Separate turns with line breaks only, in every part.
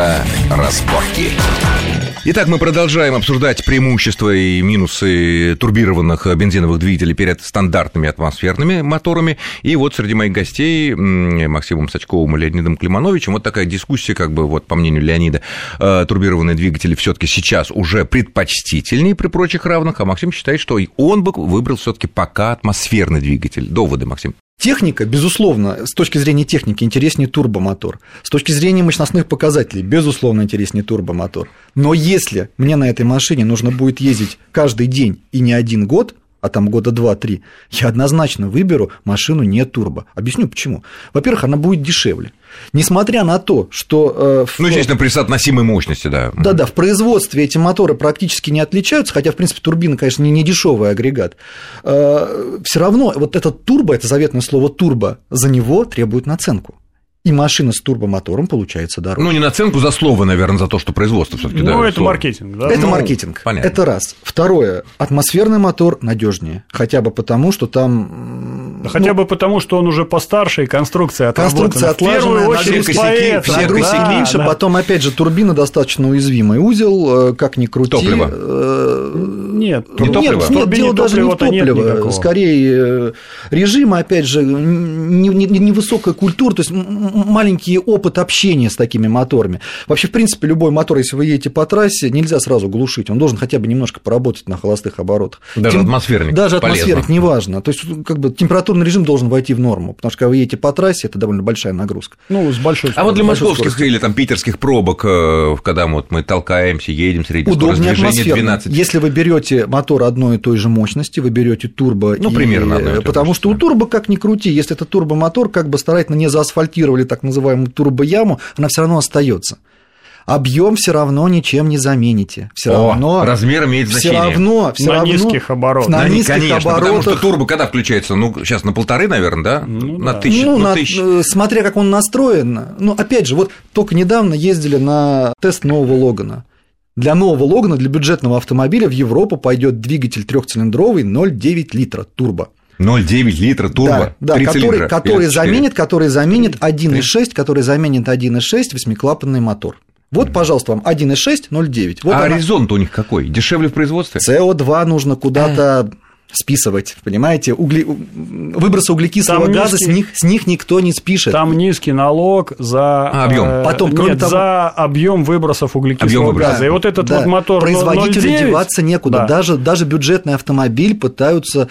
Авторазборки.
Итак, мы продолжаем обсуждать преимущества и минусы турбированных бензиновых двигателей перед стандартными атмосферными моторами. И вот среди моих гостей м, Максимом Сачковым и Леонидом Климановичем вот такая дискуссия, как бы вот по мнению Леонида, э, турбированные двигатели все таки сейчас уже предпочтительнее при прочих равных, а Максим считает, что и он бы выбрал все таки пока атмосферный двигатель. Доводы, Максим.
Техника, безусловно, с точки зрения техники интереснее турбомотор. С точки зрения мощностных показателей, безусловно, интереснее турбомотор. Но если мне на этой машине нужно будет ездить каждый день и не один год, а там года 2-3, я однозначно выберу машину не турбо. Объясню почему. Во-первых, она будет дешевле. Несмотря на то, что... э, в-
Ну, естественно, при соотносимой мощности, да.
да-да, в производстве эти моторы практически не отличаются, хотя, в принципе, турбина, конечно, не, не дешевый агрегат. Все равно вот этот турбо, это заветное слово турбо, за него требуют наценку. И машина с турбомотором получается дороже.
Ну, не наценку за слово, наверное, за то, что производство все таки
Ну, это маркетинг, да.
Это
ну,
маркетинг.
понятно.
Это раз. Второе. Атмосферный мотор надежнее. Хотя бы потому, что там. м,
Да хотя
ну,
бы потому, что он уже постарше, и конструкция отработана.
Конструкция
В первую
отлаженная,
очередь
нагрузки
поэтому,
все
да,
нагрузки
да,
меньше,
да.
потом, опять же, турбина достаточно уязвимый узел, э, как ни крути.
Топливо.
э,
Нет,
Не
ну,
топливо?
в
Нет,
турбине
нет, дело даже не в
топлива-то нет
топливо.
никакого.
Скорее, э, режим, опять же, н- не- не- невысокая культура, то есть м- м- маленький опыт общения с такими моторами. Вообще, в принципе, любой мотор, если вы едете по трассе, нельзя сразу глушить. Он должен хотя бы немножко поработать на холостых оборотах.
Даже
Тем-
атмосферник
Даже
полезно.
атмосферник, неважно. То есть, как бы температурный режим должен войти в норму, потому что когда вы едете по трассе, это довольно большая нагрузка.
Ну, с большой
А вот для
скоростью.
московских или там питерских пробок, э, когда мы вот мы толкаемся, едем, средняя скорость
Удобнее
движения
атмосферно.
12.
Если вы берете мотор одной и той же мощности, вы берете турбо.
Ну,
и-
примерно одной и той же
Потому что у
мощности,
турбо, как ни крути, если это турбомотор, как бы старательно не заасфальтировали так называемую турбояму, она все равно остается. Объем все равно ничем не замените. Все
О,
равно.
размер имеет
Все
значение.
равно, все
На
равно.
низких оборотах.
На
Да, не-
низких
конечно, потому
оборотах.
что турбо когда включается? Ну, сейчас на полторы, наверное, да?
Ну,
на
да.
тысячу,
ну,
на
на-
тысячу.
э, смотря как он настроен. Ну, опять же, вот только недавно ездили на тест нового Логана. Для нового Логана, для бюджетного автомобиля в Европу пойдет двигатель трехцилиндровый 0,9 литра турбо.
0,9 литра турбо,
да, да,
три цилиндра, или
который,
четыре.
который заменит, который заменит 1,6, который заменит 1,6 восьмиклапанный мотор. Вот, пожалуйста, вам 1,6, 0,9. Вот
а
она.
горизонт у них какой? Дешевле в производстве?
СО2 нужно
Э.
куда-то списывать, понимаете? Угли... Выбросы углекислого
Там
газа
низкий-
с них, с них никто не спишет.
Там низкий налог за
А, объём.
э,
Потом, кроме
нет,
того-
за объем выбросов
Объём
углекислого
выбросов.
газа. И вот этот
Да,
вот мотор
производителю
0,9,
деваться некуда.
да.
Даже, даже бюджетный автомобиль пытаются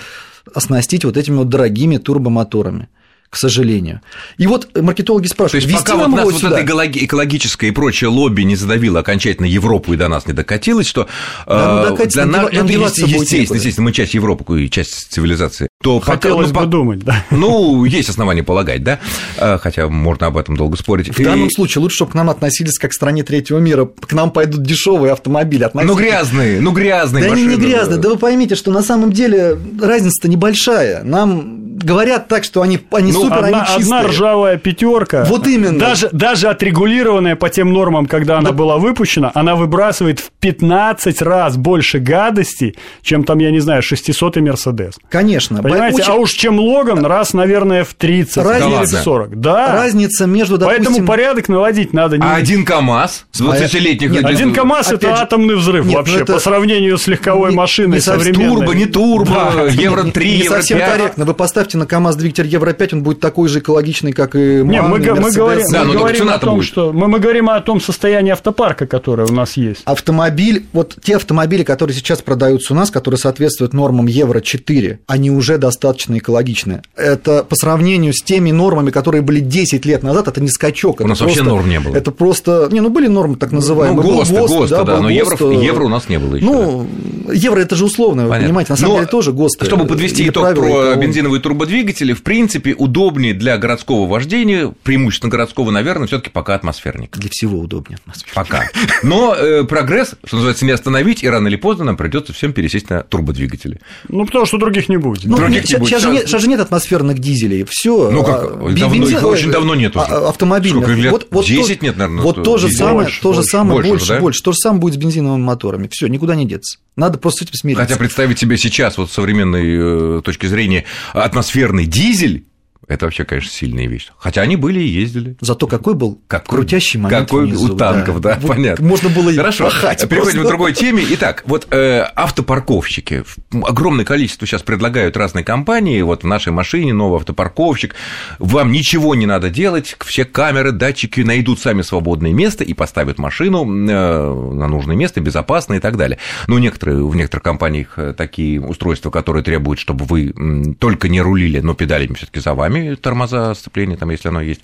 оснастить вот этими вот дорогими турбомоторами, к сожалению. И вот маркетологи
То
спрашивают,
есть,
вести
пока вот
нам
нас
его
вот
сюда?
это экологи- экологическое и прочее лобби не задавило окончательно Европу и до нас не докатилось, что
Да, ну,
э,
докатится,
для
нам
нас
дева- нам
это
деваться будет
естественно,
некуда.
естественно, мы часть Европы и часть цивилизации, то пока-
Хотелось
ну,
бы
по-
думать, да.
Ну, есть основания полагать, да? Э, Хотя можно об этом долго спорить.
В данном
И-
случае лучше, чтобы к нам относились как к стране третьего мира. К нам пойдут дешевые автомобили.
Ну,
относительно-
грязные, ну, грязные
Да они не
машины.
грязные. Да вы поймите, что на самом деле разница-то небольшая. Нам говорят так, что они, они
Ну,
супер,
одна,
они
одна
чистые.
ржавая пятерка.
Вот именно.
Даже, даже отрегулированная по тем нормам, когда она была выпущена, она выбрасывает в 15 раз больше гадостей, чем там, я не знаю, 600 Мерседес.
Конечно.
Понимаете,
Очень-
а уж чем Логан, раз, наверное, в 30,
Разница-
или в 40. Да.
Разница между, допустим...
а Поэтому порядок наводить надо. не-
А один КАМАЗ с 20-летних...
Нет,
Один КАМАЗ
Опять
это
же-
атомный взрыв
Нет, ну
вообще
это-
по сравнению с легковой
Не-
машиной
не совсем
современной.
Турбо, не турбо, евро
Не-
3,
не
евро
совсем
5.
корректно. Вы поставьте на КАМАЗ двигатель Евро 5, он будет такой же экологичный, как и
Не,
Ман,
мы,
и
га- мы
Мерседес. ну,
говорим,
Да,
мы
но только
говорим о
цена-то
том,
будет.
что мы, мы говорим о том состоянии автопарка, которое у нас есть.
Автомобиль, вот те автомобили, которые сейчас продаются у нас, которые соответствуют нормам Евро 4, они уже достаточно экологичны. Это по сравнению с теми нормами, которые были 10 лет назад, это не скачок.
У
это
нас вообще
просто-
норм не было.
Это просто... Не, ну были нормы так
Ну,
называемые. Был
ГОСТ,
ГОСТ,
ГОСТ, да,
был
но
ГОСТ,
евро,
э,
евро у нас не было еще.
Ну, евро это же условно, вы
Понятно.
понимаете, на самом
Но
деле тоже ГОСТ.
Чтобы подвести итог про бензиновые турбодвигатели, в принципе, удобнее для городского вождения, преимущественно городского, наверное, все таки пока атмосферник.
Для всего удобнее.
Пока. Но э, прогресс, что называется, не остановить, и рано или поздно нам придется всем пересесть на турбодвигатели.
Ну, потому что других не будет.
Ну,
Других не будет.
сейчас, же нет, щас же нет атмосферных дизелей, а, все.
Ну, как, давно, их очень давно нет уже.
а, Автомобильных.
Сколько их лет?
то-
10 нет, наверное,
Вот то же
дизелей?
самое,
Больше,
то же
больше,
самое,
больше
больше,
уже, да?
больше, То же самое будет с бензиновыми моторами. Все, никуда не деться. Надо просто с этим смириться.
Хотя представить себе сейчас, вот с современной э, точки зрения, атмосферный дизель Это вообще, конечно, сильная вещь. Хотя они были и ездили.
Зато какой был какой, крутящий момент
Какой
внизу,
у танков, да,
Вот
понятно.
Можно было и
Хорошо, а
пахать
переходим
просто.
к другой теме. Итак, вот э, автопарковщики. Огромное количество сейчас предлагают разные компании. Вот в нашей машине новый автопарковщик. Вам ничего не надо делать. Все камеры, датчики найдут сами свободное место и поставят машину э, на нужное место, безопасно и так далее. Но некоторые, в некоторых компаниях э, такие устройства, которые требуют, чтобы вы м, только не рулили, но педалями все таки за вами, тормоза, сцепление там, если оно есть,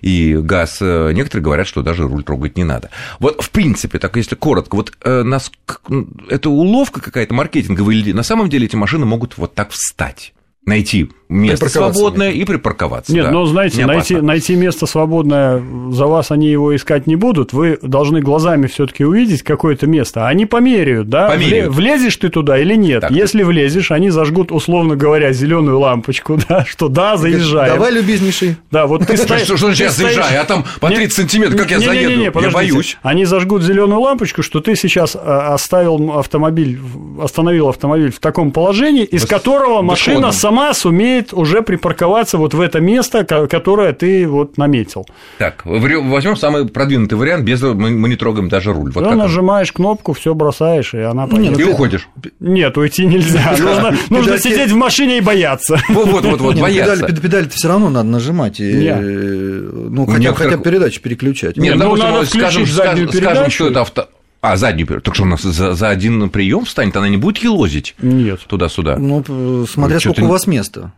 и газ. Э, Некоторые говорят, что даже руль трогать не надо. Вот, в принципе, так если коротко, вот э, нас, к- м, это уловка какая-то маркетинговая, или на самом деле эти машины могут вот так встать, найти место
Припарковаться
свободное и припарковаться.
Нет,
да.
но знаете,
Не
найти,
опасно.
найти место свободное за вас они его искать не будут. Вы должны глазами все-таки увидеть какое-то место. Они померяют, да?
Померяют.
Вле- Влезешь ты туда или нет?
Так.
Если влезешь, они зажгут, условно говоря, зеленую лампочку, да, что да, заезжаем.
Давай, любезнейший.
Да, вот ты
Что,
стоишь.
что, что я заезжаю, а там по 30 сантиметров, как я заеду? Я боюсь.
Они зажгут зеленую лампочку, что ты сейчас э, оставил автомобиль, в- остановил автомобиль в таком положении, из
Выс-
которого машина
высходном.
сама сумеет уже припарковаться вот в это место, ко- которое ты вот наметил.
Так, возьмем самый продвинутый вариант, без мы, мы не трогаем даже руль. Вот
Да,
как он.
нажимаешь кнопку, все бросаешь, и она поедет.
И уходишь.
Нет, уйти нельзя. Нужно, нужно
Педальки-
сидеть в машине и бояться.
Вот, вот, вот, вот,
Не, ну,
бояться.
педаль- педаль-то все равно надо нажимать. и,
Не.
э, Ну,
У
хотя,
некоторых-
хотя бы передачу переключать.
Нет,
ну,
допустим,
надо
вот скажем,
включить заднюю
скажем, скажем, что
передачу.
это авто. А, заднюю передачу. Так что у нас за, за один прием встанет, она не будет елозить
Нет.
туда-сюда.
Ну, п- смотря
Ой, чё
сколько
ты-
у вас места.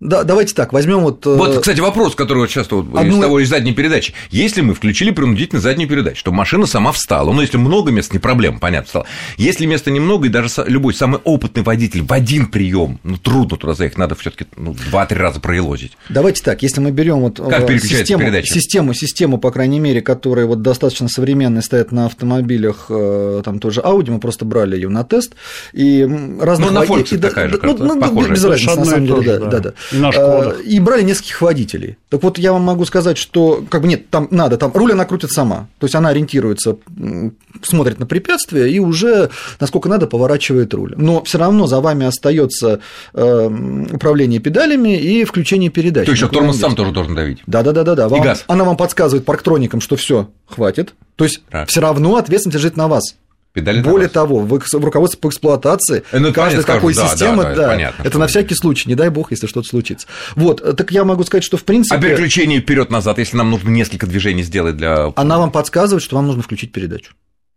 Да, давайте так, возьмем вот... э,
Вот, кстати, вопрос, который вот сейчас вот из
Одну-
того из задней передачи. Если мы включили принудительно заднюю передачу, чтобы машина сама встала, ну, если много мест, не проблема, понятно, встала. Если места немного, и даже са- любой самый опытный водитель в один прием, ну, трудно туда заехать, надо все таки ну, 2-3 раза проелозить.
Давайте так, если мы берем вот э,
Как переключается
систему,
передача?
систему, систему, по крайней мере, которые вот достаточно современные стоят на автомобилях, э, там тоже Audi, мы просто брали ее на тест, и м, разных
Ну, на
водителей-
Volkswagen
и да-
такая же,
да- ну,
кажется,
ну,
похожая.
без
То
разницы,
есть
на
одно и
самом
то
деле,
же,
да,
да.
да, да.
И на
Э,
«Шкодах».
А,
И брали нескольких водителей. Так вот, я вам могу сказать, что, как бы, нет, там надо, там руль она крутит сама, то есть она ориентируется, м, смотрит на препятствие и уже, насколько надо, поворачивает руль. Но все равно за вами остается э, управление педалями и включение передач.
То еще
Никуда не
тормоз сам
деться.
тоже должен давить.
Да, да, да, да, да.
И газ.
Она вам подсказывает парктроникам, что все, хватит. То есть
Так.
все равно ответственность лежит на вас.
Педали на
Более
газ.
того, в, экс- в руководстве по эксплуатации
Э, ну, это понятно,
каждой
скажут,
такой
да, да, да,
системы, да,
это понятно,
это
что
на
это.
всякий случай, не дай бог, если что-то случится. Вот, э, так я могу сказать, что в принципе
А переключение вперед-назад, если нам нужно несколько движений сделать для.
она вам подсказывает, что вам нужно включить передачу.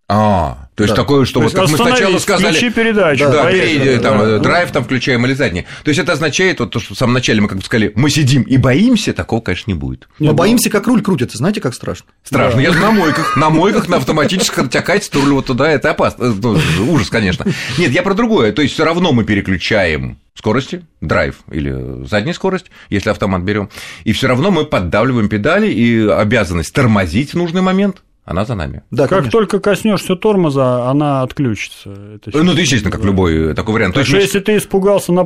А, то есть
Да.
такое, что
То
вот
есть
как мы сначала
остановись,
сказали.
включи передачу.
Да,
поехали,
пере- там,
да.
э, драйв там включаем или задний. То есть это означает, вот то, что в самом начале мы как бы сказали, мы сидим и боимся, такого, конечно, не будет.
Не,
Мы
ну-
боимся, как руль крутится, знаете, как страшно?
Страшно. Я на мойках, на мойках, на автоматических оттякать турлю вот туда, это опасно. Э, ну, ужас, конечно. Нет, я про другое. То есть все равно мы переключаем скорости, драйв или задняя скорость, если автомат берем, и все равно мы поддавливаем педали, и обязанность тормозить в нужный момент, она за нами.
Да,
Как
конечно.
только коснешься тормоза, она отключится. Это
Э, Ну, это, естественно, как
Да.
любой такой вариант. То
Так
есть
что,
меч-
если ты испугался на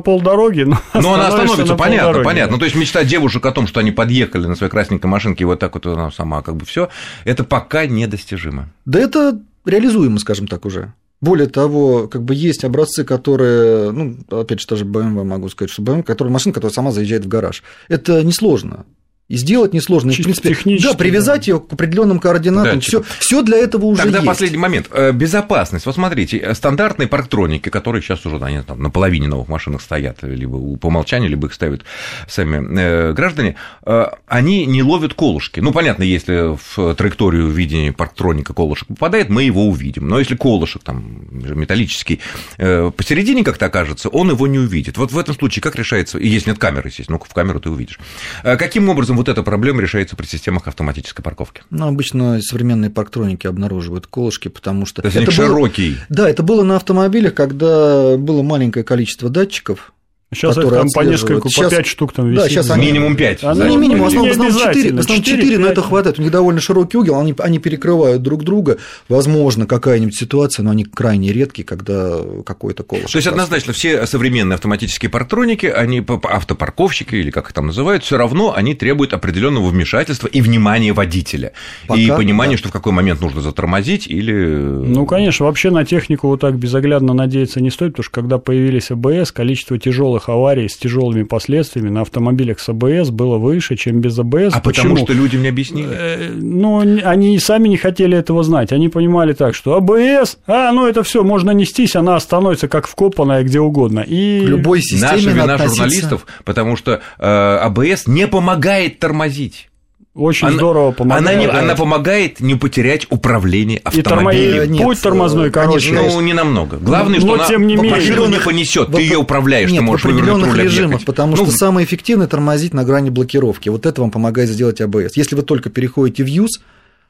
полдороги, ну,
Но она
остановишься
остановится,
на
понятно,
полдороге,
понятно. Ну,
да.
то есть мечта девушек о том, что они подъехали на своей красненькой машинке, и вот так вот она сама как бы все, это пока недостижимо.
Да это реализуемо, скажем так, уже. Более того, как бы есть образцы, которые, ну, опять же, даже BMW могу сказать, что BMW, которая машина, которая сама заезжает в гараж. Это несложно. И сделать несложно. И,
Чисто
в принципе,
технически,
да, привязать ее к определенным координатам.
Датчикам.
Все, все для этого уже
Тогда
есть.
последний момент. Э, Безопасность. Вот смотрите, э, стандартные парктроники, которые сейчас уже они, там, на половине новых машинах стоят, либо у- по умолчанию, либо их ставят сами э, граждане, э, они не ловят колышки. Ну, понятно, если в траекторию видения парктроника колышек попадает, мы его увидим. Но если колышек там металлический э, посередине как-то окажется, он его не увидит. Вот в этом случае как решается, и если нет камеры, естественно, ну, в камеру ты увидишь. Э, Каким образом вот эта проблема решается при системах автоматической парковки?
Ну, обычно современные парктроники обнаруживают колышки, потому что...
То есть у них
это было-
широкий.
Да, это было на автомобилях, когда было маленькое количество датчиков.
Сейчас их
которые
там по несколько,
отслеживают. Щас-
по пять штук там висит.
Да, щас они-
Минимум 5.
А,
Ну,
Да,
не минимум, в
не
основном- в основном 4, в
обязательно.
основном
Четыре,
4, но это
пять.
хватает. У них довольно широкий угол, они, они перекрывают друг друга. Возможно, какая-нибудь ситуация, но они крайне редкие, когда какой-то колышек.
То есть однозначно все современные автоматические парктроники, они п- п- автопарковщики или как их там называют, все равно они требуют определенного вмешательства и внимания водителя и
Пока,
понимания,
да.
что в какой момент нужно затормозить или
Ну, конечно, вообще на технику вот так безоглядно надеяться не стоит, потому что когда появились АБС, количество тяжелых тяжелых аварий с тяжелыми последствиями на автомобилях с АБС было выше, чем без АБС.
А
Почему?
потому что люди мне объяснили.
Э, Ну, н- они и сами не хотели этого знать. Они понимали так, что АБС, а, ну это все, можно нестись, она остановится как вкопанная где угодно. И...
К любой системе
Наша
надо
вина
относиться-
журналистов, потому что э, АБС не помогает тормозить.
Очень здорово помогает.
Она, не- она помогает не потерять управление
И, тормо- и
автомобилем.
Э, нет,
путь тормозной
э, конечно,
короче.
Ну, не намного. Главное,
Но
что она
тем не
по
менее.
машину не
Определенных-
понесет.
в
Ты ее
опре-
управляешь,
Нет,
ты можешь
в
вывернуть
определенных
руль,
режимах,
объехать.
потому
Ну,
что самое эффективное тормозить на грани блокировки. Вот это вам помогает сделать АБС. Если вы только переходите в use,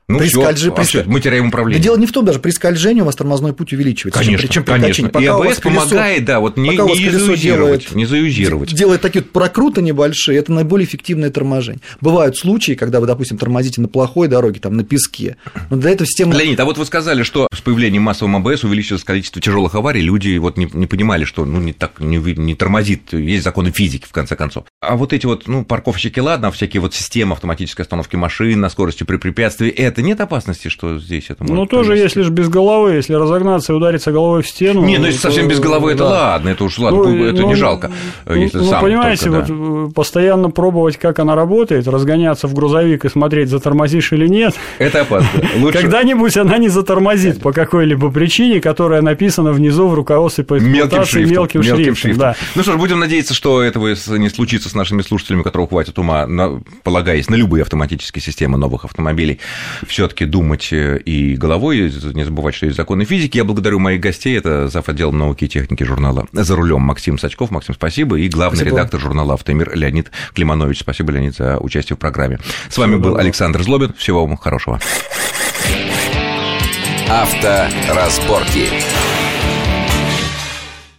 ну,
при
всё,
скольжи- при
а всё,
ск-
мы теряем
да
управление.
дело не в том, даже при скольжении у вас тормозной путь увеличивается.
Конечно,
причем при
конечно.
качении.
И
Пока у вас
АБС
колесо-
помогает, да, вот не,
пока у вас
не
колесо
изуизировать,
делает-
не заюзировать.
Делает такие вот прокруты небольшие, это наиболее эффективное торможение. Бывают случаи, когда вы, допустим, тормозите на плохой дороге, там, на песке, но для этого система...
Леонид, а вот вы сказали, что с появлением массового АБС увеличилось количество тяжелых аварий, люди вот не, не понимали, что ну не так не, вы- не тормозит, есть законы физики в конце концов. А вот эти вот ну парковщики, ладно, а всякие вот системы автоматической остановки машин на скорости при препятствии, это нет опасности, что здесь это может
Ну, тоже,
привести?
если же без головы, если разогнаться и удариться головой в стену...
Не, ну если
то-
совсем без головы, это
да.
ладно, это уж ладно,
Ну,
это
ну,
не жалко.
Ну,
если
ну,
сам
понимаете,
только, да.
вот э, постоянно пробовать, как она работает, разгоняться в грузовик и смотреть, затормозишь или нет.
Это опасно. Лучше
Когда-нибудь она не затормозит по какой-либо причине, которая написана внизу в руководстве по
Мелким
эксплуатации
шрифтом.
мелким, шрифтом. да.
Ну что ж, будем надеяться, что этого с- не случится с нашими слушателями, у которых хватит ума, на- полагаясь на любые автоматические системы новых автомобилей, все таки думать э, и головой, и з- не забывать, что есть законы физики. Я благодарю моих гостей. Это зав. отделом науки и техники журнала «За рулем» Максим Сачков. Максим, спасибо. И главный
Спасибо.
редактор журнала «Автомир» Леонид Климанович. Спасибо, Леонид, за участие в программе. С вами был Александр Злобин. Всего вам хорошего.
Авторазборки.